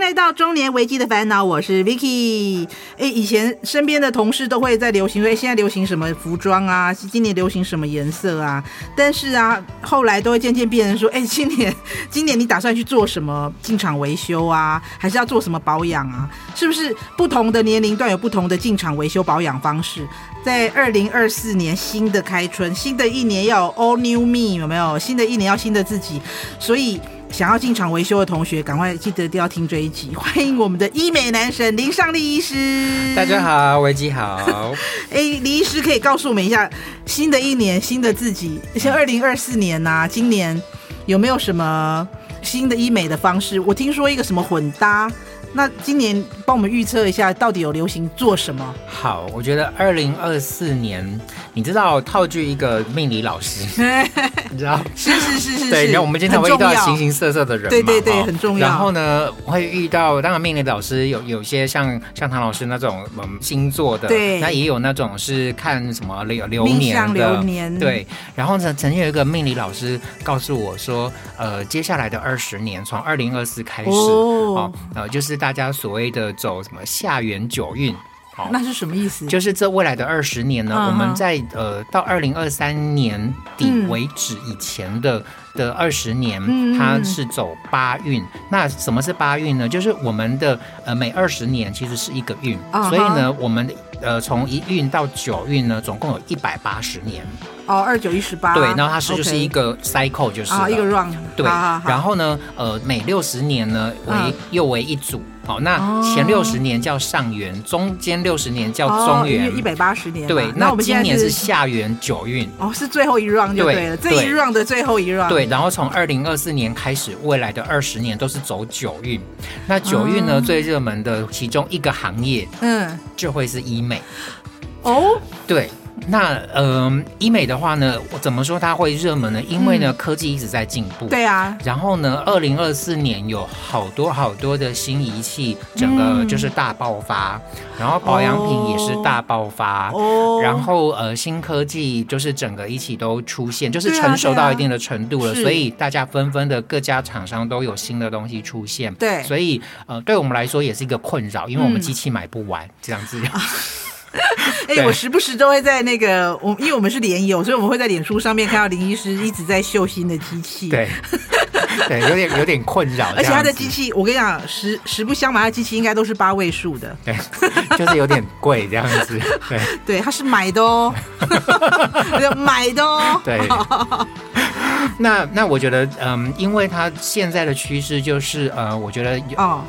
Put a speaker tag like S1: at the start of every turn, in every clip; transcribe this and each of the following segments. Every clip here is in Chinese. S1: 来到中年危机的烦恼，我是 Vicky。哎，以前身边的同事都会在流行说，哎，现在流行什么服装啊？今年流行什么颜色啊？但是啊，后来都会渐渐变成说，哎，今年今年你打算去做什么？进场维修啊，还是要做什么保养啊？是不是不同的年龄段有不同的进场维修保养方式？在二零二四年新的开春，新的一年要有 all new me，有没有？新的一年要新的自己，所以。想要进场维修的同学，赶快记得一定要听这一集。欢迎我们的医美男神林尚利医师。
S2: 大家好，维基好。
S1: 哎、林医师可以告诉我们一下，新的一年新的自己，像二零二四年呐、今年有没有什么新的医美的方式？我听说一个什么混搭，那今年帮我们预测一下，到底有流行做什么？
S2: 好，我觉得二零二四年，你知道套句一个命理 老师，你知道。
S1: 是是是是是，
S2: 对，然后我们经常会
S1: 很
S2: 遇
S1: 重
S2: 到
S1: 要
S2: 形形色色的人嘛，
S1: 对对对
S2: 哦
S1: 很重要
S2: 然后呢，会遇到当然命理老师有有些像像唐老师那种嗯星座的，
S1: 对
S2: 那也有那种是看什么流流
S1: 命
S2: 年
S1: 相
S2: 的，
S1: 流年
S2: 对。然后呢，曾经有一个命理老师告诉我说，呃，接下来的二十年，从二零二四开始，
S1: 哦
S2: 哦，呃，就是大家所谓的走什么下元九运，好、
S1: 那是什么意思？
S2: 就是这未来的二十年呢，
S1: 嗯
S2: 我们在呃到二零二三年底
S1: 嗯
S2: 为止以前的、的二十年
S1: 嗯嗯，
S2: 它
S1: 嗯
S2: 是走八运。那什么是八运呢？就是我们的呃每二十年其实是一个运，
S1: 啊哈
S2: 所以呢，我们的呃从一运到九运呢，总共有一百八十年。
S1: 哦，二九一十八，
S2: 对，然后它是就是一
S1: OK
S2: 个 cycle，就是
S1: 啊
S2: 了
S1: 一个 round，
S2: 对，
S1: 好好好
S2: 然后呢，呃，每六十年呢为、
S1: 嗯
S2: 又为一组，好、那
S1: 哦哦
S2: 前六十年叫上元，中间六十年叫中元，
S1: 一百八十年嘛。
S2: 对，
S1: 那
S2: 那
S1: 我们
S2: 今
S1: 现在
S2: 年
S1: 是
S2: 是下元九运。
S1: 哦，是最后一 round 就
S2: 对
S1: 对了，这
S2: 对
S1: 一 round 的最后一 round。
S2: 对，然后从二零二四年开始，未来的二十年都是走九运。那九运呢，
S1: 啊
S2: 最热门的其中一个行业
S1: 嗯，
S2: 就会是医美。
S1: 哦，
S2: 对，那嗯、医美的话呢，我怎么说它会热门呢？因为呢，科技一直在进步。
S1: 嗯对啊，
S2: 然后呢，二零二四年有好多好多的新仪器，整个
S1: 嗯
S2: 就是大爆发，然后保养品也是大爆发。
S1: 哦，
S2: 然后呃，新科技就是整个一起都出现，就是
S1: 对啊
S2: 成熟
S1: 对啊
S2: 到一定的程度了，
S1: 是
S2: 所以大家纷纷的各家厂商都有新的东西出现。
S1: 对
S2: 所以呃，对我们来说也是一个困扰，因为我
S1: 嗯啊
S2: 们机器买不完，这样子。
S1: 哎、
S2: 对
S1: 我时不时都会在那个我，因为我们是联友，所以我们会在脸书上面看到林医师一直在秀新的机器。。
S2: 对， 对，有点有点困扰。
S1: 而且
S2: 这样
S1: 他的
S2: 子
S1: 机器，我跟你讲，实实不相瞒，他的机器应该都是八位数的。
S2: 对， 就是有点贵这样子。 对
S1: 对，他是买的 哦，买的哦。
S2: 对。 那那我觉得，嗯，因为它现在的趋势就是，呃，我觉得有
S1: 哦，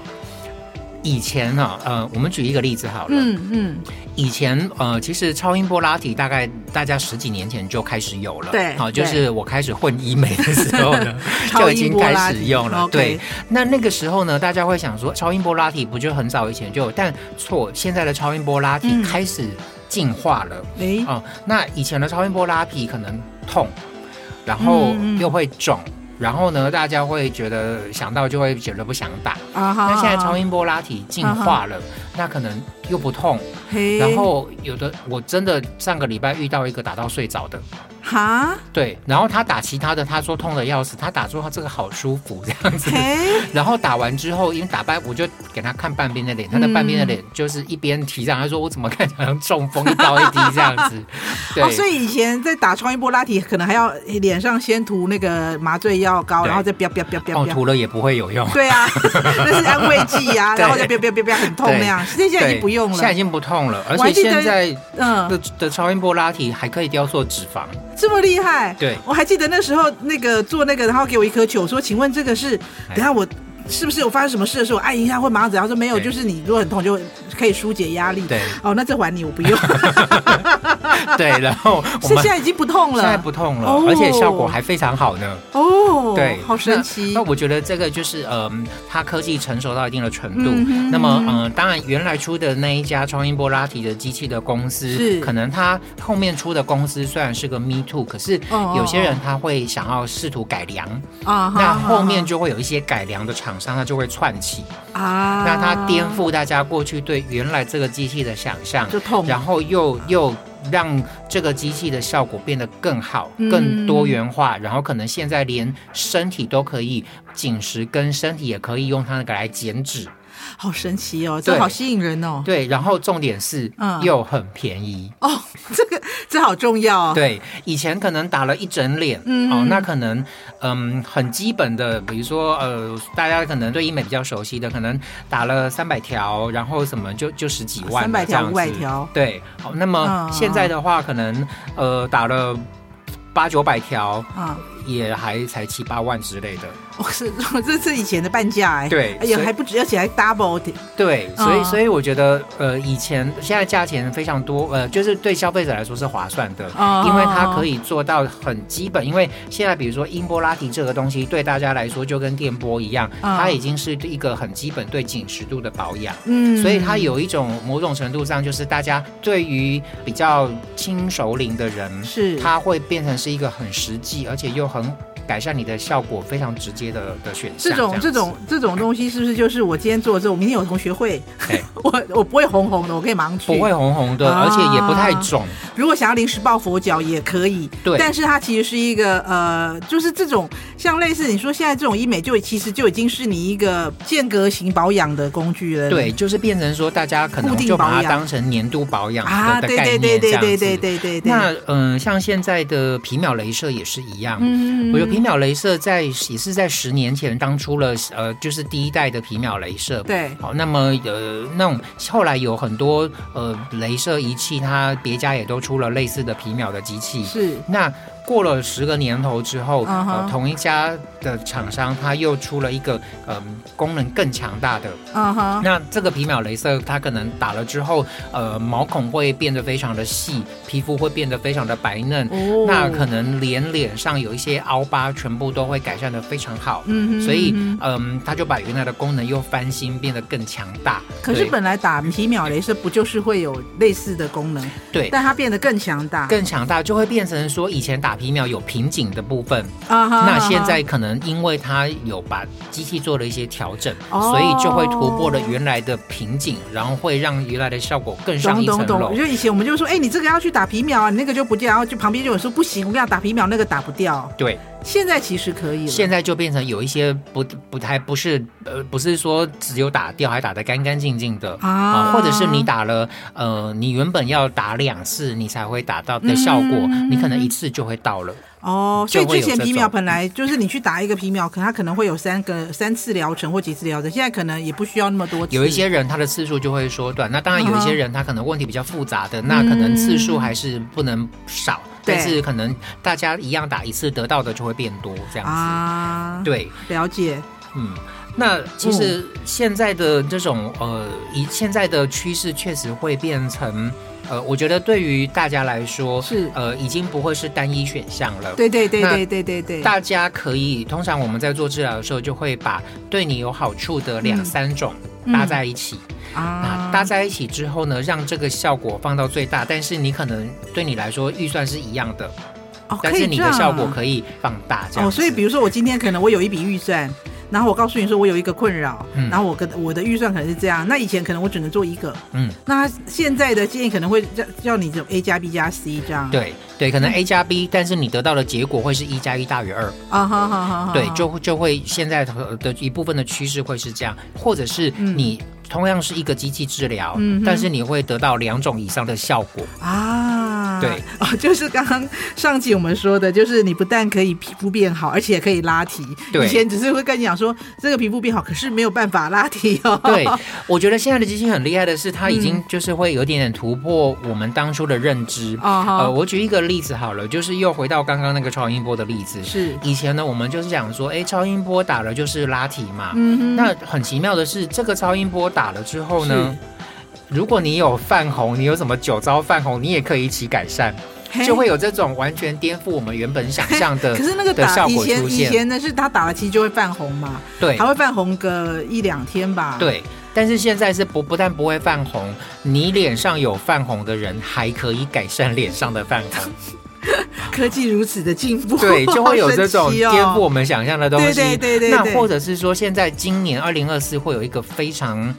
S2: 以前哈、呃，我们举一个例子好了，
S1: 嗯嗯，
S2: 以前呃，其实超音波拉提大概大家十几年前就开始有了，
S1: 对
S2: 好、
S1: 对，
S2: 就是我开始混医美的时候呢 就已经开始
S1: 超
S2: 用
S1: 音波拉
S2: 了。
S1: 提
S2: 对
S1: OK，
S2: 那那个时候呢，大家会想说，超音波拉提不就很早以前就有？但错，现在的超音波拉提
S1: 嗯
S2: 开始进化了。
S1: 哎、
S2: 哦，那以前的超音波拉皮可能痛，然后
S1: 嗯嗯
S2: 又会肿，然后呢，大家会觉得想到就会觉得不想打。
S1: 啊哈
S2: 那现在超音波拉提进化
S1: 嗯
S2: 了，那可能又不痛，
S1: 嘿
S2: 然后有的我真的上个礼拜遇到一个打到睡着的，
S1: 哈，
S2: 对，然后他打其他的，他说痛的要死，他打说他这个好舒服这样子。
S1: 嘿，
S2: 然后打完之后，因为打半，我就给他看半边的脸，他的半边的脸就是一边提上，他说我怎么看起来像中风一刀一滴这样子，对，
S1: 哦，所以以前在打超音波拉提，可能还要脸上先涂那个麻醉药膏，
S2: 对
S1: 然后再飙飙飙飙
S2: 哦，
S1: 飙。
S2: 涂了也不会有用。
S1: 对啊， 那是安慰剂啊，
S2: 对
S1: 然后再飙飙飙飙很痛那样。现在已经不用
S2: 对现在
S1: 了
S2: 已，经不痛了，而
S1: 我还记
S2: 且
S1: 得
S2: 现在
S1: 嗯，
S2: 的的超音波拉提还可以雕塑脂肪，
S1: 这么厉害。
S2: 对
S1: 我还记得那时候那个做那个，然后给我一颗球，说：“请问这个是？
S2: 哎
S1: 等一下我是不是有发生什么事的时候，我按一下会麻子？”然后说：“没有，
S2: 对
S1: 就是你如果很痛就可以疏解压力。”
S2: 对
S1: 哦，那这还你，我不用。
S2: 对，然后 我
S1: 是
S2: 们
S1: 现在已经不痛
S2: 现在
S1: 了
S2: 不痛了，
S1: 哦
S2: 而且效果还非常好呢。
S1: 哦，
S2: 对，
S1: 好神
S2: 那
S1: 奇
S2: 那。我觉得这个就是，嗯，它科技成熟到一定的程度。
S1: 嗯哼
S2: 那么
S1: 嗯，哼
S2: 嗯、当然原来出的那一家超音波拉提的机器的公
S1: 是
S2: 司，可能它后面出的公司虽然是个 Me Too，可是
S1: 哦哦
S2: 有些人他会想要试图改良，
S1: 啊哈
S2: 那后面
S1: 哈
S2: 就会有一些改良的厂商，他就会串起，
S1: 哈啊，
S2: 那它颠覆大家过去对原来这个机器的想象，
S1: 就痛
S2: 然后又又让这个机器的效果变得更好、更多元化，然后可能现在连身体都可以紧实，跟身体也可以用它那个来减脂，
S1: 好神奇哦，这
S2: 对
S1: 好吸引人哦。
S2: 对，然后重点是
S1: 嗯
S2: 又很便宜。
S1: 哦，这个这好重要哦。
S2: 对，以前可能打了一整脸，
S1: 嗯
S2: 哦，那可能嗯很基本的，比如说呃，大家可能对医美比较熟悉的，可能打了三百条，然后什么就就十几万了，
S1: 300条
S2: 这样子
S1: 500条
S2: 对，好，那么
S1: 嗯
S2: 现在的话，可能呃打了八九百条，
S1: 啊，
S2: 也还才七八万之类的，
S1: 我、是 这是以前的半价哎，
S2: 对
S1: 哎呀
S2: 所以
S1: 还不止，而且还 double 的
S2: 对，所以
S1: 嗯
S2: 所以我觉得，呃，以前现在价钱非常多，呃，就是对消费者来说是划算的，
S1: 哦
S2: 因为它可以做到很基本。因为现在比如说音波拉提这个东西，对大家来说就跟电波一样，
S1: 嗯
S2: 它已经是一个很基本对紧实度的保养。
S1: 嗯
S2: 所以它有一种某种程度上，就是大家对于比较轻熟龄的人，
S1: 是
S2: 它会变成是一个很实际，而且又很改善你的效果非常直接的的选项。
S1: 这种
S2: 样
S1: 这
S2: 子
S1: 种这种东西是不是就是我今天做的之后，我明天有同学会，
S2: 对
S1: 我我不会红红的，我可以马上去。
S2: 不会，红红的，
S1: 啊
S2: 而且也不太肿。
S1: 如果想要临时抱佛脚也可以。
S2: 对
S1: 但是它其实是一个呃，就是这种像类似你说现在这种医美就其实就已经是你一个间隔型保养的工具了。
S2: 对，就是变成说，大家可
S1: 固
S2: 能
S1: 定
S2: 就
S1: 保
S2: 把它
S1: 养
S2: 当成年度保养
S1: 啊，
S2: 的的
S1: 对
S2: 概
S1: 对对
S2: 念这
S1: 对
S2: 样
S1: 对
S2: 子
S1: 对。对对对。
S2: 那嗯、呃像现在的皮秒镭射也是一样。
S1: 嗯
S2: 我觉得皮秒镭射在也是在十年前当初了，呃，就是第一代的皮秒镭射。
S1: 对
S2: 好，那么呃，那种后来有很多呃镭射仪器，它别家也都出了类似的皮秒的机器。
S1: 是
S2: 那过了十个年头之后
S1: 嗯哼
S2: 呃，同一家的厂商它又出了一个嗯、功能更强大的。
S1: 嗯哼
S2: 那这个皮秒镭射它可能打了之后，呃，毛孔会变得非常的细，皮肤会变得非常的白嫩。
S1: 哦
S2: 那可能连脸上有一些凹疤，全部都会改善的非常好。
S1: 嗯哼
S2: 所以
S1: 嗯，
S2: 嗯，它就把原来的功能又翻新，变得更强大。
S1: 可是
S2: 对
S1: 本来打皮秒镭射不就是会有类似的功能，
S2: 对
S1: 但它变得更强大。
S2: 更强大，就会变成说以前打皮秒有瓶颈的部分，
S1: 啊哈
S2: 那
S1: 啊哈
S2: 现在可能因为它有把机器做了一些调整，
S1: 哦
S2: 所以就会突破了原来的瓶颈，然后会让原来的效果更上
S1: 懂
S2: 一层
S1: 懂懂，
S2: 楼。
S1: 就以前我们就说，哎、你这个要去打皮秒啊，你那个就不掉，然后就旁边就有人说不行，我跟你讲打皮秒那个打不掉。
S2: 对，
S1: 现在其实可以了，
S2: 现在就变成有一些不不太不是呃不是说只有打掉，还打得干干净净的
S1: 啊
S2: 或者是你打了呃你原本要打两次你才会打到的效果，
S1: 嗯
S2: 你可能一次就会到了。
S1: 哦，所以
S2: 就会
S1: 之
S2: 有
S1: 前
S2: 这
S1: 皮秒
S2: 种
S1: 本来就是你去打一个皮秒，可它可能会有三个三次疗程或几次疗程，现在可能也不需要那么多次。
S2: 有一些人他的次数就会缩短，那当然有一些人他可能问题比较复杂的，那可能次数还是不能少，
S1: 嗯对
S2: 但是可能大家一样打一次得到的就会变多这样子。
S1: 啊，，
S2: 对，
S1: 了解，
S2: 嗯，那其实
S1: 嗯
S2: 现在的这种呃，以现在的趋势确实会变成呃，我觉得对于大家来说
S1: 是
S2: 呃，已经不会是单一选项了。
S1: 对对对
S2: 那
S1: 对对对对，
S2: 大家可以，通常我们在做治疗的时候，就会把对你有好处的两三种
S1: 嗯
S2: 搭在一起。
S1: 啊
S2: 那，搭在一起之后呢，让这个效果放到最大，但是你可能对你来说预算是一样的，
S1: 哦，
S2: 但
S1: 可以
S2: 是你
S1: 这
S2: 的
S1: 样
S2: 效果
S1: 啊
S2: 可以放大这样
S1: 哦，
S2: 子。
S1: 所以比如说我今天可能我有一笔预算，然后我告诉你说我有一个困扰，
S2: 嗯
S1: 然后我跟我的预算可能是这样，那以前可能我只能做一个，
S2: 嗯，
S1: 那他现在的建议可能会叫叫你走 A 加 B 加 C 这样，，
S2: 对对，可能 A 加 B，但是你得到的结果会是一加一大于二。
S1: 啊好好好好，
S2: 对，
S1: 好
S2: 就会就会现在的的一部分的趋势会是这样，或者是
S1: 嗯
S2: 你同样是一个机器治疗，
S1: 嗯哼
S2: 但是你会得到两种以上的效 果。
S1: 啊，
S2: 对，
S1: 哦，就是刚刚上集我们说的，就是你不但可以皮肤变好，而且可以拉提，
S2: 对
S1: 以前只是会跟你讲说这个皮肤变好，可是没有办法拉提哦，
S2: 对，我觉得现在的机器很厉害的是，它已
S1: 嗯
S2: 经就是会有一点点突破我们当初的认知。
S1: 哦
S2: 呃，
S1: 哈，
S2: 我举一个例子好了，就是又回到刚刚那个超音波的例子。
S1: 是，
S2: 以前呢，我们就是讲说，哎，超音波打了就是拉提嘛。
S1: 嗯哼，
S2: 那很奇妙的是，这个超音波打了之后呢，如果你有泛红，你有什么酒糟泛红，你也可以一起改善，
S1: 嘿
S2: 就会有这种完全颠覆我们原本想象 的。
S1: 可是那个
S2: 的
S1: 打
S2: 效
S1: 以
S2: 果
S1: 前
S2: 出
S1: 以
S2: 现
S1: 前呢是他打了其实就会泛红嘛，
S2: 对
S1: 还会泛红个一两天吧。，
S2: 对，但是现在是不不但不会泛红，你脸上有泛红的人还可以改善脸上的泛红。
S1: 科技如此的进步，
S2: 对，就会有这
S1: 好
S2: 种
S1: 神奇
S2: 颠
S1: 哦
S2: 覆我们想象的东
S1: 对
S2: 西。
S1: 对对对对
S2: 那或者是说，现在今年二零二四会有一个非常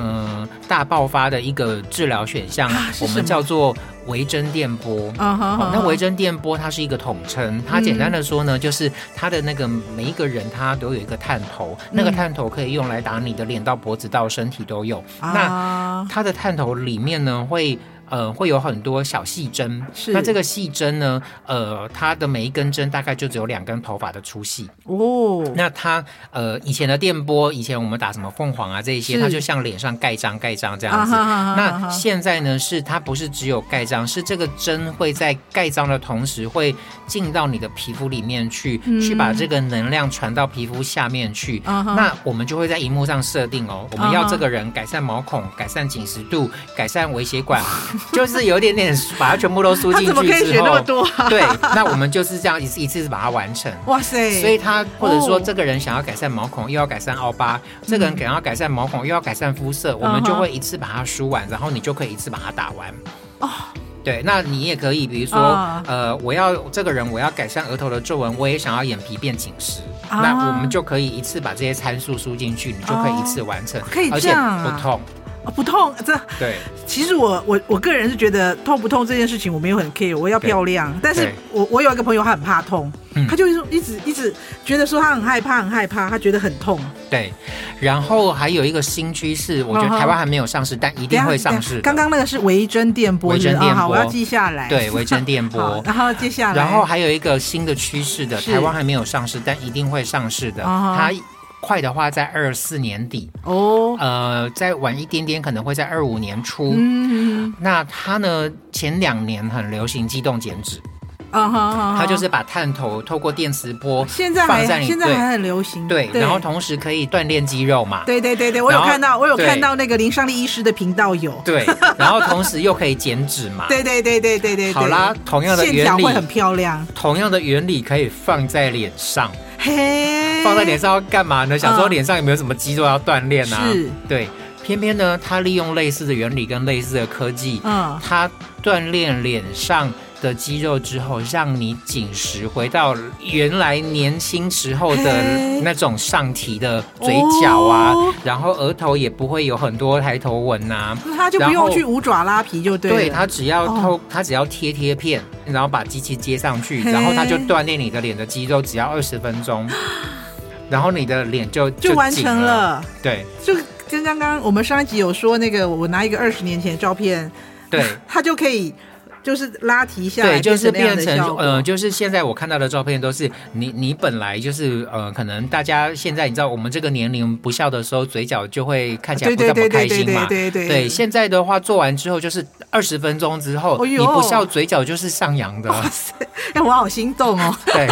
S2: 嗯、大爆发的一个治疗选项，
S1: 啊是
S2: 我
S1: 什么
S2: 们叫做微针电波。
S1: 啊哈
S2: 哦
S1: 哈，
S2: 那
S1: 哈
S2: 微针电波它是一个统称，它简单的说呢，就是它的那个每一个人他都有一个探头，那个
S1: 嗯
S2: 探头可以用来打你的脸到脖子到身体都有。那
S1: 啊
S2: 它的探头里面呢会。呃，会有很多小细针，
S1: 是
S2: 那这个细针呢，呃，它的每一根针大概就只有两根头发的粗细。
S1: 哦，
S2: 那它呃，以前的电波，以前我们打什么凤凰啊这一些，
S1: 是
S2: 它就像脸上盖章盖章这
S1: 啊
S2: 样子。
S1: 哈哈哈哈
S2: 那
S1: 哈
S2: 现在呢，是它不是只有盖章，是这个针会在盖章的同时，会进到你的皮肤里面去，去把这个能量传到皮肤下面去。
S1: 嗯啊哈
S2: 那我们就会在荧幕上设定哦，我们要这个人改善毛孔、改善紧实度、
S1: 啊
S2: 改善微血管， 就是有一点点把它全部都 输
S1: 他
S2: 进去
S1: 怎
S2: 之
S1: 么
S2: 后，
S1: 可以学那么多啊？
S2: 对，那我们就是这样一次一次把它完成。
S1: 哇塞，
S2: 所以他或者说
S1: 哦
S2: 这个人想要改善毛孔，又要改善凹疤；这个人想要改善毛孔，又要改善肤色，我
S1: 嗯哼
S2: 们就会一次把它梳完，然后你就可以一次把它打完。
S1: 哦
S2: 对，那你也可以，比如说，
S1: 啊
S2: 呃，我要这个人，我要改善额头的皱纹，我也想要眼皮变紧实，
S1: 啊
S2: 那我们就可以一次把这些参数输进去，你就可以一次完成，
S1: 可以
S2: 而
S1: 这
S2: 且
S1: 样啊
S2: 不痛。
S1: 哦不痛，这
S2: 对，
S1: 其实我我我个人是觉得痛不痛这件事情我没有很 care，我要漂亮。但是
S2: 对
S1: 我我有一个朋友他很怕痛，
S2: 嗯
S1: 他就是一直一直觉得说他很害怕很害怕，他觉得很痛。
S2: 对。然后还有一个新趋势，我
S1: 嗯
S2: 觉得
S1: 哼
S2: 台湾还没有上市，但一
S1: 等
S2: 定
S1: 一下
S2: 会上市
S1: 等一下
S2: 的。
S1: 刚刚那个是微针电波，
S2: 微针
S1: 是不是
S2: 电波
S1: 啊好，我要记下来。
S2: 对微针电波
S1: 好然后接下来，
S2: 然后还有一个新的趋势的，
S1: 哎是
S2: 台湾还没有上市，但一定会上市的。
S1: 啊哈
S2: 它快的话在二四年底，
S1: 哦，
S2: 呃，再晚一点点可能会在二五年初。
S1: 嗯，
S2: 那它呢？前两年很流行机动减脂，
S1: 啊哈哈，哈
S2: 它就是把探头透过电磁波
S1: 现在
S2: 放
S1: 还
S2: 在你
S1: 现在还很流行，
S2: 对对，然后同时可以锻炼肌肉嘛。
S1: 对对对对，我有
S2: 然后
S1: 看到我有
S2: 对
S1: 看到那个林尚丽医师的频道有，
S2: 对，然后同时又可以减脂嘛。
S1: 对对对对对对，
S2: 好啦，同样的
S1: 线条
S2: 原理
S1: 会，很漂亮，
S2: 同样的原理可以放在脸上。
S1: 嘿，
S2: 放在脸上要干嘛呢？想说脸上有没有什么肌肉要锻炼啊？
S1: 是，
S2: 对。偏偏呢，它利用类似的原理跟类似的科技，
S1: 嗯，
S2: 它锻炼脸上的肌肉之后，让你紧实回到原来年轻时候的
S1: 嘿
S2: 那种上提的嘴角啊，
S1: 哦
S2: 然后额头也不会有很多抬头纹啊呐、
S1: 那他就不
S2: 然
S1: 用
S2: 后
S1: 去五爪拉皮就对了，
S2: 对，它只要
S1: 哦
S2: 透，它只要贴贴片，然后把机器接上去，
S1: 嘿
S2: 然后它就锻炼你的脸的肌肉，只要二十分 钟，然后你的脸就
S1: 就完
S2: 紧
S1: 成
S2: 了。
S1: 了，
S2: 对
S1: 就跟刚刚我们上一集有说那个，我拿一个二十年前的照片，
S2: 对
S1: 他就可以就是拉提下来，
S2: 对，就是
S1: 啊变那
S2: 变
S1: 样的效
S2: 成
S1: 果
S2: 呃，就是现在我看到的照片都是你你本来就是呃，可能大家现在你知道我们这个年龄不笑的时候，嘴角就会看起来
S1: 对对
S2: 不怎
S1: 对对
S2: 么开
S1: 对
S2: 心
S1: 对
S2: 嘛。
S1: 对
S2: 对，现在的话做完之后就是二十分钟之后，
S1: 哎
S2: 你
S1: 呦
S2: 不笑嘴角就是上扬 的。
S1: 哎，我好心动 哦，
S2: 对，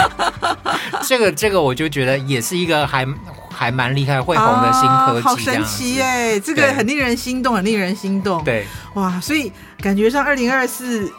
S2: 这个这个我就觉得也是一个还还蛮厉害会红的新科
S1: 啊
S2: 技、
S1: 好神奇！哎，这个
S2: 对
S1: 很令人心动，很令人心动，
S2: 对
S1: 哇，所以感觉上二零二四。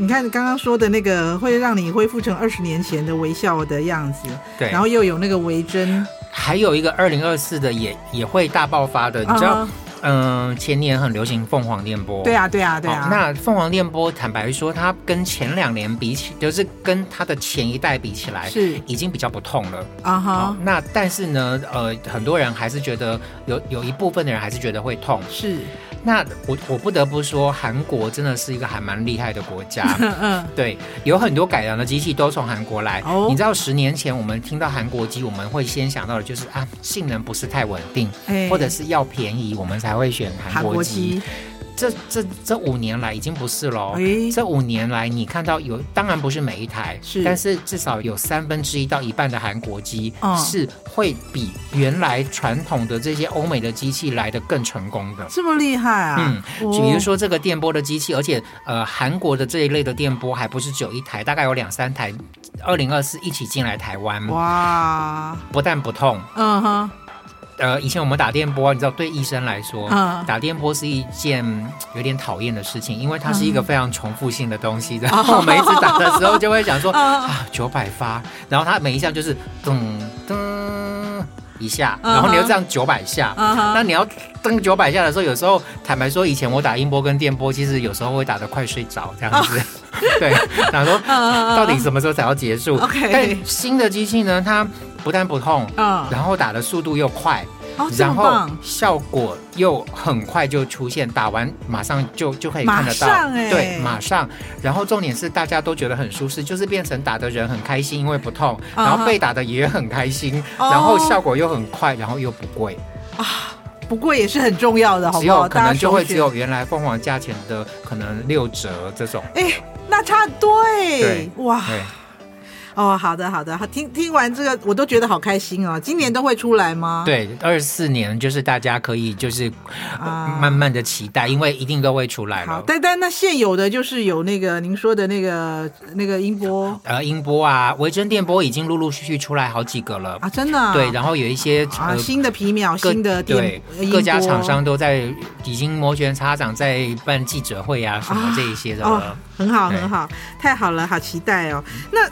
S1: 你看刚刚说的那个，会让你恢复成二十年前的微笑的样子，
S2: 对，
S1: 然后又有那个微针，
S2: 还有一个二零二四的也也会大爆发的，你知道
S1: 啊，
S2: 嗯、前年很流行凤凰电波，
S1: 对。啊，对啊，对
S2: 好，
S1: 啊。
S2: 那凤凰电波，坦白说，它跟前两年比起，就是跟它的前一代比起来，
S1: 是
S2: 已经比较不痛了。
S1: 啊
S2: 好
S1: 哈，，
S2: 那但是呢，呃，很多人还是觉得有有一部分的人还是觉得会痛。
S1: 是，
S2: 那我我不得不说，韩国真的是一个还蛮厉害的国 家。
S1: 嗯嗯，
S2: 对，有很多改良的机器都从韩国来。
S1: 哦
S2: 你知道十年前我们听到韩国机，我们会先想到的就是啊，性能不是太稳定，
S1: 哎
S2: 或者是要便宜，我们才会选
S1: 韩
S2: 韩
S1: 国
S2: 国机。
S1: 鸡，
S2: 这这这五年来已经不是喽。
S1: 哎
S2: 这五年来，你看到有，当然不是每一台，
S1: 是
S2: 但是至少有三分之一到一半的韩国机、
S1: 嗯
S2: 是会比原来传统的这些欧美的机器来的更成功的。
S1: 这么厉害啊
S2: 嗯！
S1: 哦
S2: 比如，说这个电波的机器，而且呃，韩国的这一类的电波还不是只有一台，大概有两三台。二零二四一起进来台湾，
S1: 哇，
S2: 不但不痛，
S1: 嗯哼，
S2: 呃，以前我们打电波，你知道对医生来说，
S1: 嗯
S2: 打电波是一件嗯有点讨厌的事情，因为它是
S1: 嗯
S2: 一个非常重复性的东西。然 后我们一直打的时候，就会想说、
S1: 哦嗯
S2: 啊九百发，然后它每一项就是噔噔一下，
S1: 嗯
S2: 然后你就这样九百下，
S1: 嗯
S2: 那
S1: 哼，
S2: 你要登九百下的时候，有时候坦白说，以前我打音波跟电波，其实有时候会打得快睡着这样子。 对，想说
S1: 哦嗯哦
S2: 到底什么时候才要结束
S1: OK
S2: 但新的机器呢，它不但不痛，
S1: 嗯，
S2: 然后打的速度又快，
S1: 哦，这么
S2: 然后
S1: 棒，
S2: 效果又很快就出现，打完马上就就可以看得到，
S1: 马上欸
S2: 对，马上。然后重点是大家都觉得很舒适，就是变成打的人很开心，因为不痛，
S1: 啊哈
S2: 然后被打的也很开心，
S1: 哦
S2: 然后效果又很快，然后又不贵，
S1: 不过也是很重要的，好
S2: 只
S1: 不好？
S2: 有可
S1: 大家
S2: 能就
S1: 首
S2: 会
S1: 选
S2: 只有原来凤凰价钱的可能六折这种，
S1: 哎、那差很多哎、
S2: 对
S1: 哇，
S2: 对。
S1: 哦，好的好的，好听听完这个我都觉得好开心哦。今年都会出来吗？
S2: 对，二十四年就是大家可以就是
S1: 啊
S2: 慢慢的期待，因为一定都会出来
S1: 好
S2: 了，。
S1: 但但那现有的就是有那个您说的那个那个音波
S2: 呃，音波啊，维珍电波已经陆陆续续出来好几个了。
S1: 啊，真的啊、
S2: 对，然后有一些
S1: 啊，
S2: 呃
S1: 新的皮秒，
S2: 各
S1: 新的电
S2: 对
S1: 呃音
S2: 各家
S1: 波
S2: 厂商都在已经摩拳擦掌在办记者会啊什么
S1: 啊
S2: 这一些的
S1: 哦
S2: 了。，
S1: 很好
S2: 对
S1: 很好，太好了，好期待哦。那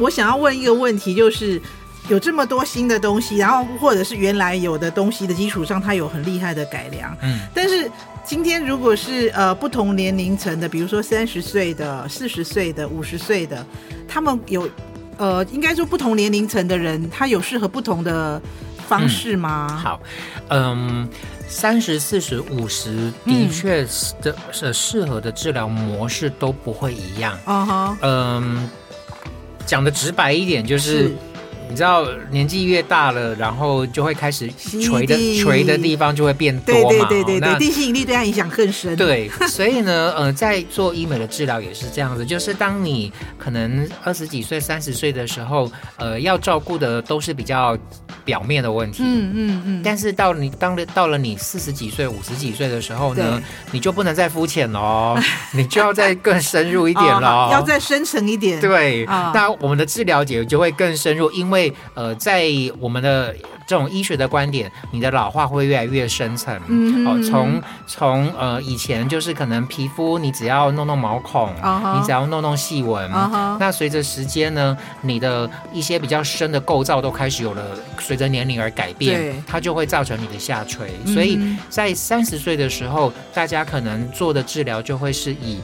S1: 我想要问一个问题，就是有这么多新的东西，然后或者是原来有的东西的基础上，它有很厉害的改良，
S2: 嗯，
S1: 但是今天如果是呃不同年龄层的，比如说三十岁的、四十岁的、五十岁的，他们有呃，应该说不同年龄层的人，他有适合不同的方式吗？
S2: 好，嗯，三十、四十、五十，的
S1: 嗯
S2: 确是的是适合的治疗模式都不会一样。
S1: 嗯哼，
S2: 嗯，讲的直白一点就是
S1: 是。
S2: 你知道年纪越大了，然后就会开始垂
S1: 吸
S2: 的
S1: 地
S2: 垂的地方就会变多
S1: 对
S2: 嘛。
S1: 对
S2: 哦
S1: 对对对，
S2: 那
S1: 地心引力对他影响更深。，
S2: 对，所以呢，呃，在做医美的治疗也是这样子，就是当你可能二十几岁、三十岁的时候，呃，要照顾的都是比较表面的问题。
S1: 嗯嗯嗯，
S2: 但是到你当了到了你四十几岁、五十几岁的时候呢
S1: 对，
S2: 你就不能再肤 浅喽，你就要再更深入一点
S1: 哦好
S2: 喽、
S1: 要再深层一点。
S2: 对，
S1: 啊
S2: 那我们的治疗解就会更深入，因为呃，在我们的这种医学的观点，你的老化会越来越深层。
S1: 嗯
S2: 哦
S1: 嗯，
S2: 从从呃以前就是可能皮肤你只要弄弄毛孔
S1: 啊哈
S2: 你只要弄弄细纹。
S1: 啊哈，
S2: 那随着时间呢，你的一些比较深的构造都开始有了，随着年龄而改
S1: 对
S2: 变，它就会造成你的下垂。所以
S1: 嗯
S2: 在三十岁的时候，大家可能做的治疗就会是以。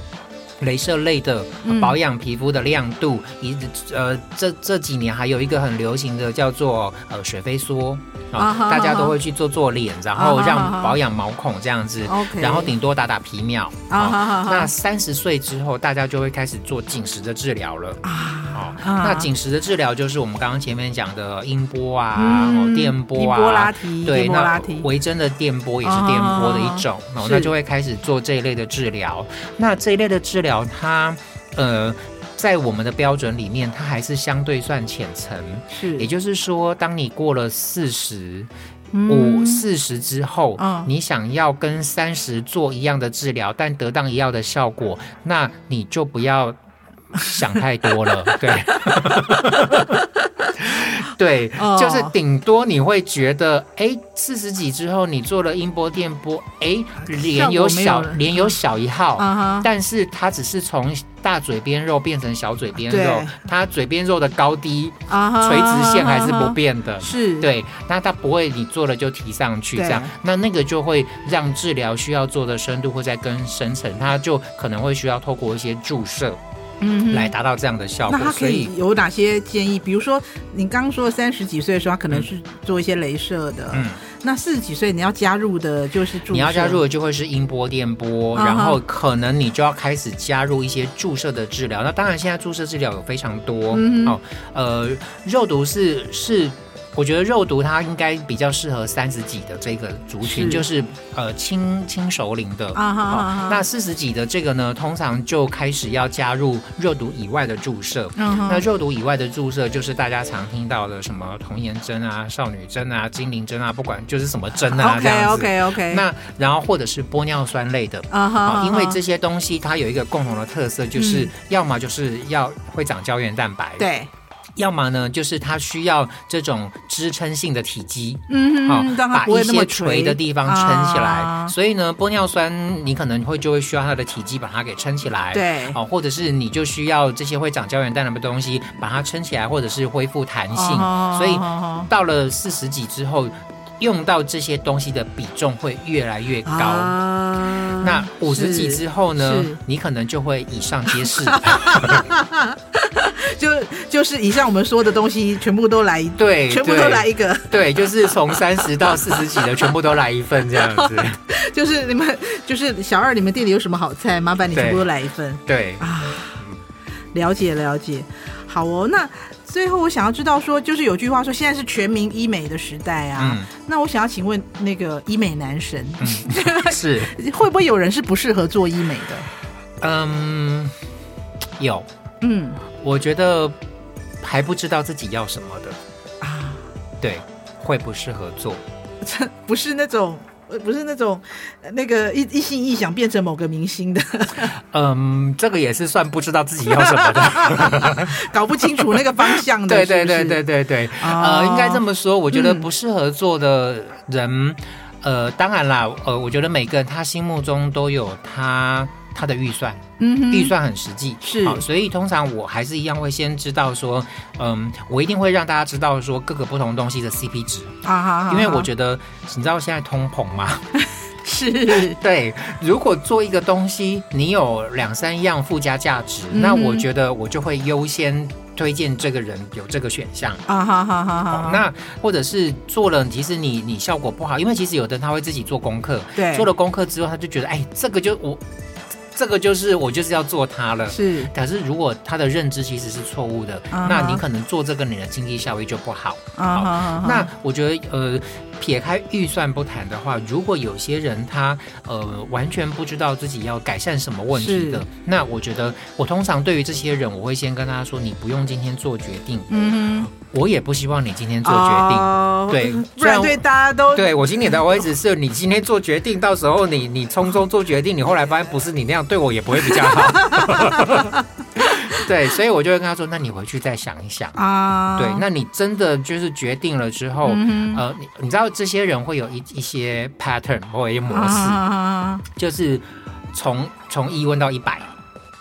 S2: 镭射类的
S1: 嗯
S2: 保养皮肤的亮度，以、呃这这几年还有一个很流行的叫做呃水飞梭
S1: 啊
S2: 啊
S1: 哈
S2: 大家
S1: 啊哈
S2: 都会去做做脸，然
S1: 啊
S2: 后
S1: 哈啊哈
S2: 让保养毛孔这样子
S1: OK
S2: 然后顶多打打皮秒哦
S1: 啊哈啊哈
S2: 那三十岁之后，大家就会开始做紧实的治疗了。
S1: 啊
S2: 哦，
S1: 啊
S2: 那紧实的治疗就是我们刚刚前面讲的音波啊、
S1: 嗯
S2: 哦电波啊、
S1: 音波拉提
S2: 对，
S1: 电波拉
S2: 那
S1: 提
S2: 维珍的电波也是电波的一种，
S1: 啊
S2: 哦，
S1: 是
S2: 那就会开始做这一类的治疗。那这一类的治疗，它呃，在我们的标准里面，它还是相对算浅层，
S1: 是
S2: 也就是说，当你过了四十。
S1: 嗯
S2: 五四十之后，
S1: 嗯
S2: 你想要跟三十做一样的治疗，但得到一样的效果，那你就不要想太多了，对。 对
S1: 哦，
S2: 就是顶多你会觉得，哎，四十几之后你做了音波电波，哎，脸
S1: 效果
S2: 有小
S1: 没有了
S2: 脸有小一号，
S1: 啊哈
S2: 但是它只是从大嘴边肉变成小嘴边肉
S1: 对，
S2: 它嘴边肉的高低
S1: 啊哈
S2: 垂直线还是不，
S1: 啊
S2: 变的
S1: 哈，是，
S2: 对，那它不会你做了就提上去
S1: 对
S2: 这样，那那个就会让治疗需要做的深度会再更深层，它就可能会需要透过一些注射
S1: 嗯哼
S2: 来达到这样的效果。
S1: 那他可
S2: 所
S1: 以有哪些建议？比如说，你刚刚说三十几岁的时候，他可能是做一些镭射的。
S2: 嗯，
S1: 那四十几岁你要加入的就是注射
S2: 你要加入的就会是音波、电波，
S1: 啊哈
S2: 然后可能你就要开始加入一些注射的治疗。那当然，现在注射治疗有非常多、
S1: 嗯哼
S2: 哦。呃，肉毒是是。我觉得肉毒它应该比较适合三十几的这个族群，
S1: 是
S2: 就是呃轻轻熟龄的
S1: 啊哈啊哈
S2: 哦那四十几的这个呢，通常就开始要加入肉毒以外的注射。
S1: 嗯
S2: 那
S1: 哼，
S2: 肉毒以外的注射，就是大家常听到的什么童颜针啊、少女针啊、精灵针啊，不管就是什么针啊
S1: OK
S2: 这样子。
S1: OK OK，
S2: 那然后或者是玻尿酸类的。
S1: 啊哈
S2: 啊，
S1: 啊哈，
S2: 因为这些东西它有一个共同的特色，就是
S1: 嗯
S2: 要么就是要会长胶原蛋白，，
S1: 对，
S2: 要么呢就是它需要这种支撑性的体积，
S1: 嗯
S2: 好
S1: 哼，让它
S2: 把
S1: 不会
S2: 一
S1: 那么啊
S2: 些垂的地方撑起来。所以呢，玻尿酸你可能会就会需要它的体积把它给撑起来，
S1: 对
S2: 哦，或者是你就需要这些会长胶原蛋白的东
S1: 啊哦
S2: 西把它撑起来，或者是恢复弹性。所以
S1: 以
S2: 到了四十几之后。用到这些东西的比重会越来越高。
S1: 啊
S2: 那五十几
S1: 是
S2: 之后呢
S1: 是，
S2: 你可能就会以上皆 是。
S1: 就就是以上我们说的东西全部都来，
S2: 对，
S1: 全部
S2: 对
S1: 都来一个，
S2: 对，就是从三十到四十几的全部都来一份这样 子。
S1: 就是你们就是小二，你们店里有什么好菜？麻烦你
S2: 对
S1: 全部都来一份
S2: 对，
S1: 啊！了解了解，好哦。那最后我想要知道说，就是有句话说现在是全民医美的时代啊，
S2: 嗯
S1: 那我想要请问那个医美男神，
S2: 嗯，是，
S1: 会不会有人是不适合做医美的？
S2: 嗯，有，
S1: 嗯
S2: 我觉得还不知道自己要什么的，
S1: 啊，
S2: 对，会不适合做。
S1: 这不是那种。呃不是那种，呃那个一一心一想变成某个明星的，
S2: 嗯，这个也是算不知道自己要什么 的。
S1: 搞不清楚那个方向的。
S2: 对对
S1: 是不
S2: 对
S1: 是
S2: 对对对，
S1: 哦
S2: 呃，应该这么说，我觉得
S1: 嗯
S2: 不适合做的人，呃，当然啦，呃，我觉得每个人他心目中都有他他的预算，
S1: 嗯哼，
S2: 预算很实际，
S1: 是
S2: 好，所以通常我还是一样会先知道说，嗯，我一定会让大家知道说各个不同东西的 CP 值，
S1: 啊哈哈，
S2: 因为我
S1: 得
S2: 觉得你知道现在通膨嘛，
S1: 是
S2: 对，如果做一个东西你有两三样附加价值，那
S1: 嗯哼
S2: 我觉得我就会优先推荐这个人有这个选项。
S1: 啊哈哈哈哈。
S2: 哦那或者是做了，其实你你效果不好，因为其实有的人他会自己做功课，
S1: 对
S2: 做了功课之后他就觉得，哎，这个就我，这个就是我就是要做它了。
S1: 是
S2: 可是如果他的认知其实是错误的
S1: 啊哈
S2: 那你可能做这个你的经济效益就不好。
S1: 啊哈哈哈，
S2: 那我觉得呃，撇开预算不谈的话，如果有些人他呃完全不知道自己要改善什么问题的
S1: 是，
S2: 那我觉得我通常对于这些人，我会先跟他说，你不用今天做决定，
S1: 嗯哼，
S2: 我也不希望你今天做决定。
S1: 哦
S2: 对
S1: 不然对大家都
S2: 对我心里的位置是你今天做决定，到时候你你匆匆做决定，你后来发现不是你那样，对我也不会比较好。 对，所以我就会跟他说，那你回去再想一想。
S1: 啊，
S2: 对，那你真的就是决定了之后，
S1: 嗯
S2: 呃，你你知道这些人会有一一些 pattern 或者一些模
S1: 啊
S2: 式，
S1: 啊
S2: 就是从从一问到一百，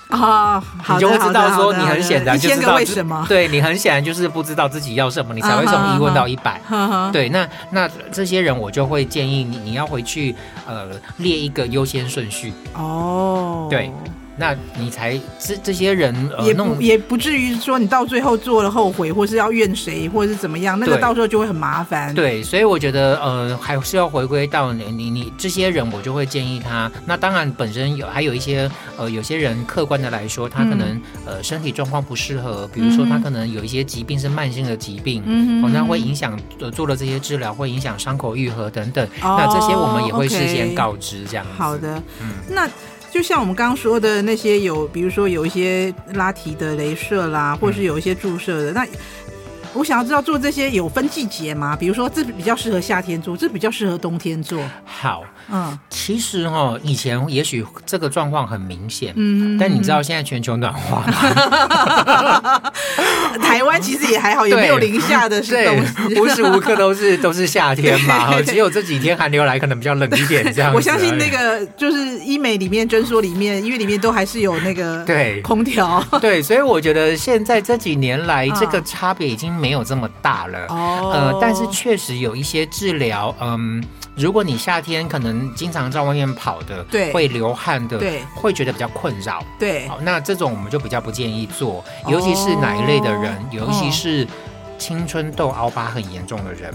S1: 啊啊，好
S2: 你
S1: 的
S2: 就会知道
S1: 好
S2: 说
S1: 的
S2: 你
S1: 好的
S2: 很显然
S1: 一
S2: 就
S1: 千
S2: 知
S1: 个
S2: 道
S1: 为
S2: 自
S1: 什么，
S2: 对你很显然就是不知道自己要什么，你才会
S1: 啊哈
S2: 从一问
S1: 啊哈
S2: 到一百。
S1: 哈哈，
S2: 对，那那这些人我就会建议你，你要回去呃列一个优先顺序，
S1: 哦，
S2: 对。那你才这这些人呃
S1: 也
S2: 弄
S1: 不也不至于说你到最后做了后悔，或是要怨谁，或者是怎么样，那个
S2: 对
S1: 到时候就会很麻烦。，
S2: 对，所以我觉得呃还是要回归到你你你这些人，我就会建议他。那当然本身有还有一些呃有些人客观的来说，他可能、呃身体状况不适合，比如说
S1: 嗯
S2: 他
S1: 嗯哼
S2: 可能有一些疾病是慢性的疾病。
S1: 嗯
S2: 哦
S1: 哼，，
S2: 那会影响呃做了这些治疗，会影响伤口愈合等等。
S1: 哦
S2: 那这些我们也会事
S1: OK
S2: 先告知，这样子。
S1: 好的，
S2: 嗯
S1: 那就像我们刚刚说的那些有，比如说有一些拉提的镭射啦，或是有一些注射的，那。我想要知道做这些有分季节吗？比如说，这比较适合夏天做，这比较适合冬天做。
S2: 好，
S1: 嗯
S2: 其实哦，以前也许这个状况很明显，
S1: 嗯， 啊
S2: 但你知道现在全球暖化 吗？
S1: 台湾其实也还好，也没有零下的是东西。
S2: 无时无刻都是都是夏天嘛，
S1: 对
S2: 哦只有这几天寒流来，可能比较冷一点这样子而 已。
S1: 我相信那个就是医美里面、诊所里面，因为里面都还是有那个
S2: 对
S1: 空调。
S2: 对，所以我觉得现在这几年来，
S1: 嗯
S2: 这个差别已经没有这么大了。
S1: 哦
S2: 呃，但是确实有一些治疗，嗯，如果你夏天可能经常在外面跑的，
S1: 对
S2: 会流汗的，
S1: 对
S2: 会觉得比较困扰。
S1: 对
S2: 好，那这种我们就比较不建议做，尤其是哪一类的人，
S1: 哦
S2: 尤其是青春痘凹疤很严重的人，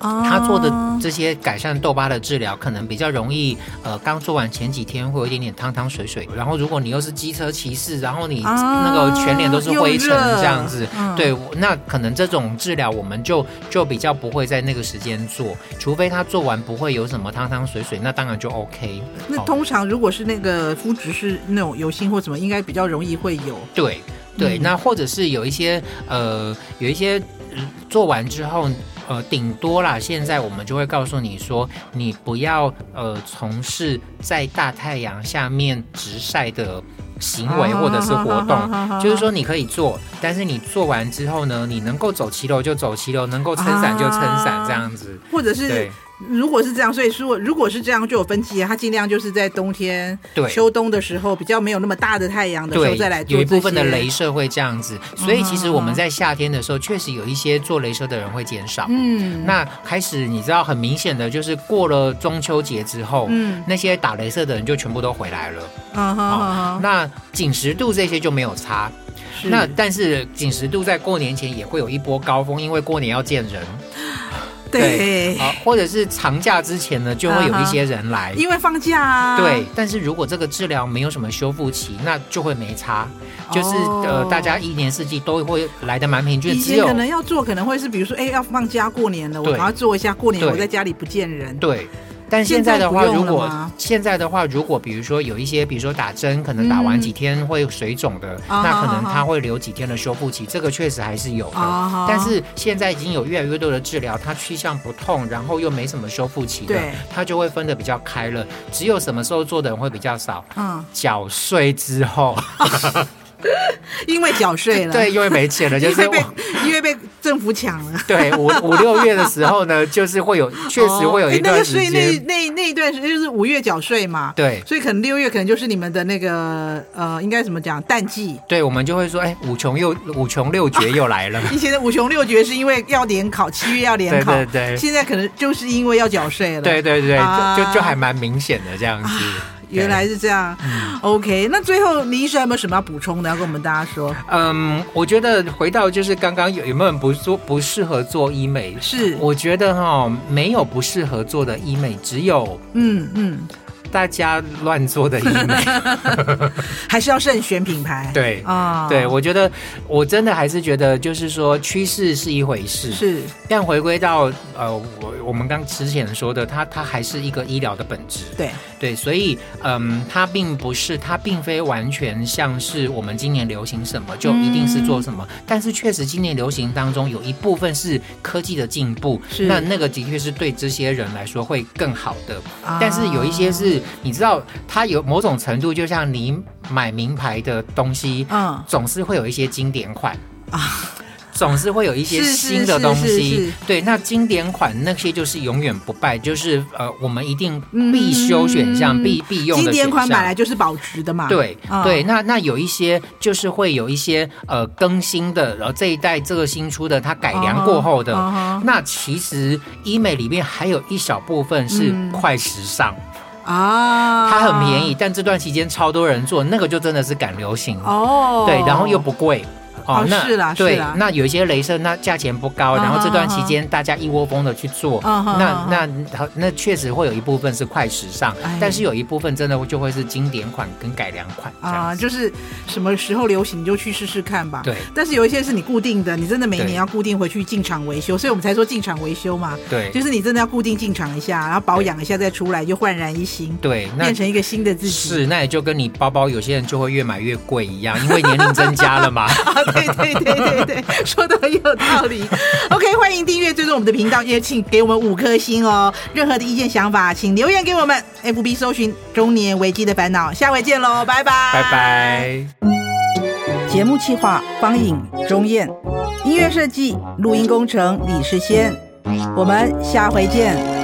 S1: 他
S2: 他做的
S1: 啊哦
S2: 这些改善痘疤的治疗，可能比较容易，呃，刚做完前几天会有一点点汤汤水水，然后如果你又是机车骑士，然后你
S1: 啊
S2: 那个全脸都是灰尘
S1: 又热
S2: 这样子，
S1: 嗯
S2: 对，我那可能这种治疗我们就就比较不会在那个时间做，除非他做完不会有什么汤汤水水，那当然就 OK 好。
S1: 那通常如果是那个肤质是那种油性或什么，应该比较容易会有
S2: 对对，
S1: 嗯
S2: 那或者是有一些呃，有一些、嗯做完之后。呃，顶多啦，现在我们就会告诉你说，你不要呃从事在大太阳下面直晒的行为
S1: 啊
S2: 或者是活动，
S1: 动
S2: 就是说你可以做，但是你做完之后呢，你能够走骑楼就走骑楼，能够撑伞就撑伞
S1: 啊
S2: 这样子。
S1: 或者是
S2: 对
S1: 如果是这样，所以说如果是这样就有分歧，它尽量就是在冬天、
S2: 对
S1: 秋冬的时候比较没有那么大的太阳的时候
S2: 对
S1: 再来，做
S2: 有一
S1: 这
S2: 部分的
S1: 些啊
S2: 镭射会这样子，所以其实我们在夏天的时候，确实有一些做镭射的人会减少。
S1: 嗯
S2: 那开始你知道很明显的就是过了中秋节之后，
S1: 嗯
S2: 那些打镭射的人就全部都回来了。
S1: 嗯
S2: 啊
S1: 哼，
S2: 那紧实度这些就没有差。
S1: 是
S2: 那但是紧实度在过年前也会有一波高峰，因为过年要见人
S1: 对，嗯
S2: 啊，或者是长假之前呢，就会有一些人来。
S1: 因为放假啊，
S2: 对，但是如果这个治疗没有什么修复期，那就会没差，就是、呃，大家一年四季都会来的蛮平均，
S1: 哦以
S2: 只
S1: 前
S2: 有
S1: 可能要做，可能会是比如说，哎、要放假过年了，我
S2: 对
S1: 赶快做一下过年，
S2: 对
S1: 我在家里不见人。
S2: 对。但现
S1: 现
S2: 在
S1: 在
S2: 的
S1: 不
S2: 话，
S1: 用
S2: 如
S1: 了
S2: 果
S1: 吗
S2: 现在的话，如果比如说有一些，比如说打针，可能打完几天会水肿的，
S1: 啊
S2: 那
S1: 哈
S2: 可能
S1: 哈
S2: 它会留几天的修复期，这个确实还是有的。
S1: 啊哈
S2: 但是现在已经有越来越多的治疗，它趋向不痛，然后又没什么修复期的
S1: 对，
S2: 它就会分得比较开了。只有什么时候做的人会比较少，
S1: 嗯，
S2: 缴税之后，
S1: 因为缴税了，
S2: 对，因为没钱 了，就
S1: 因
S2: 是
S1: 为
S2: 我
S1: 被因为被政府抢了。
S2: 对五五六月的时候呢，就是会有确实会有
S1: 哦
S2: 一
S1: 哎那
S2: 段
S1: 个
S2: 时
S1: 税那
S2: 间，
S1: 那那一段时间就是五月缴税嘛，
S2: 对
S1: 所以可能六月可能就是你们的那个呃，应该怎么讲淡季。
S2: 对，我们就会说，哎，五穷又五穷六绝又来 了，
S1: 以前的五穷六绝是因为要联考，七月要联考，
S2: 对对对
S1: 现在可能就是因为要缴税了。
S2: 对对对，
S1: 啊
S2: 就就就还蛮明显的这样子。对
S1: 原来是这样。OK，那
S2: 嗯
S1: 最后李医生有没有什么要补充的，要跟我们大家说？
S2: 嗯，我觉得回到就是刚刚有有没有人不做不适合做医美？
S1: 是
S2: 我觉得哈、没有不适合做的医美，只有
S1: 嗯嗯，
S2: 大家乱做的医美。
S1: 还是要慎选品牌。
S2: 对
S1: 啊，
S2: 对，我觉得我真的还是觉得，就是说趋势是一回事，
S1: 是
S2: 但回归到呃，我我们刚之前说的，它它还是一个医疗的本质，
S1: 对
S2: 对，所以嗯，它并不是，它并非完全像是我们今年流行什么就一定是做什么，但是确实今年流行当中有一部分是科技的进步，
S1: 是
S2: 那那个的确是对这些人来说会更好的，
S1: 啊
S2: 但是有一些是你知道，它有某种程度就像你买名牌的东西，
S1: 嗯
S2: 总是会有一些经典款啊，总是会有一些
S1: 是是
S2: 新的东
S1: 是是
S2: 西
S1: 是。
S2: 对，那经典款那些就是永远不败，就是呃，我们一定必修选项、
S1: 嗯
S2: 必必用的
S1: 经
S2: 选项。
S1: 典款本来就是保值的嘛。
S2: 对
S1: 嗯
S2: 对，那那有一些就是会有一些呃更新的，然后这一代这个新出的，它改良过后的。
S1: 嗯哼
S2: 那其实医美里面还有一小部分是
S1: 嗯
S2: 快时尚，
S1: 啊，
S2: 它很便宜，但这段期间超多人做，那个就真的是赶流行
S1: 哦。
S2: 对，然后又不贵。
S1: 哦
S2: 那
S1: 是啦
S2: 对
S1: 是啦
S2: 那有一些镭射，那价钱不高，
S1: 嗯
S2: 然后这段
S1: 嗯
S2: 期间大家一窝蜂的去做，
S1: 嗯嗯
S2: 那
S1: 嗯
S2: 那那那确实会有一部分是快时尚
S1: 哎，
S2: 但是有一部分真的就会是经典款跟改良款这
S1: 啊，
S2: 样子。
S1: 就是什么时候流行你就去试试看吧。
S2: 对。
S1: 但是有一些是你固定的，你真的每年
S2: 对
S1: 要固定回去进厂维修，所以我们才说进厂维修嘛，
S2: 对
S1: 就是你真的要固定进厂一下，然后保养一下再出来，就焕然一新，
S2: 对，那
S1: 变成一个新的自己。
S2: 是那也就跟你包包有些人就会越买越贵一样，因为年龄增加 了嘛。
S1: 啊，对对对对 对，说的很有道理。OK，欢迎订阅追踪我们的频道，也请给我们五颗星哦。任何的意见想法，请留言给我们。FB 搜寻“中年危机的烦恼”，下回见喽，拜拜，
S2: 拜。拜。
S1: 节目企划：方颖、钟燕，音乐设计、录音工程：李世先。我们下回见。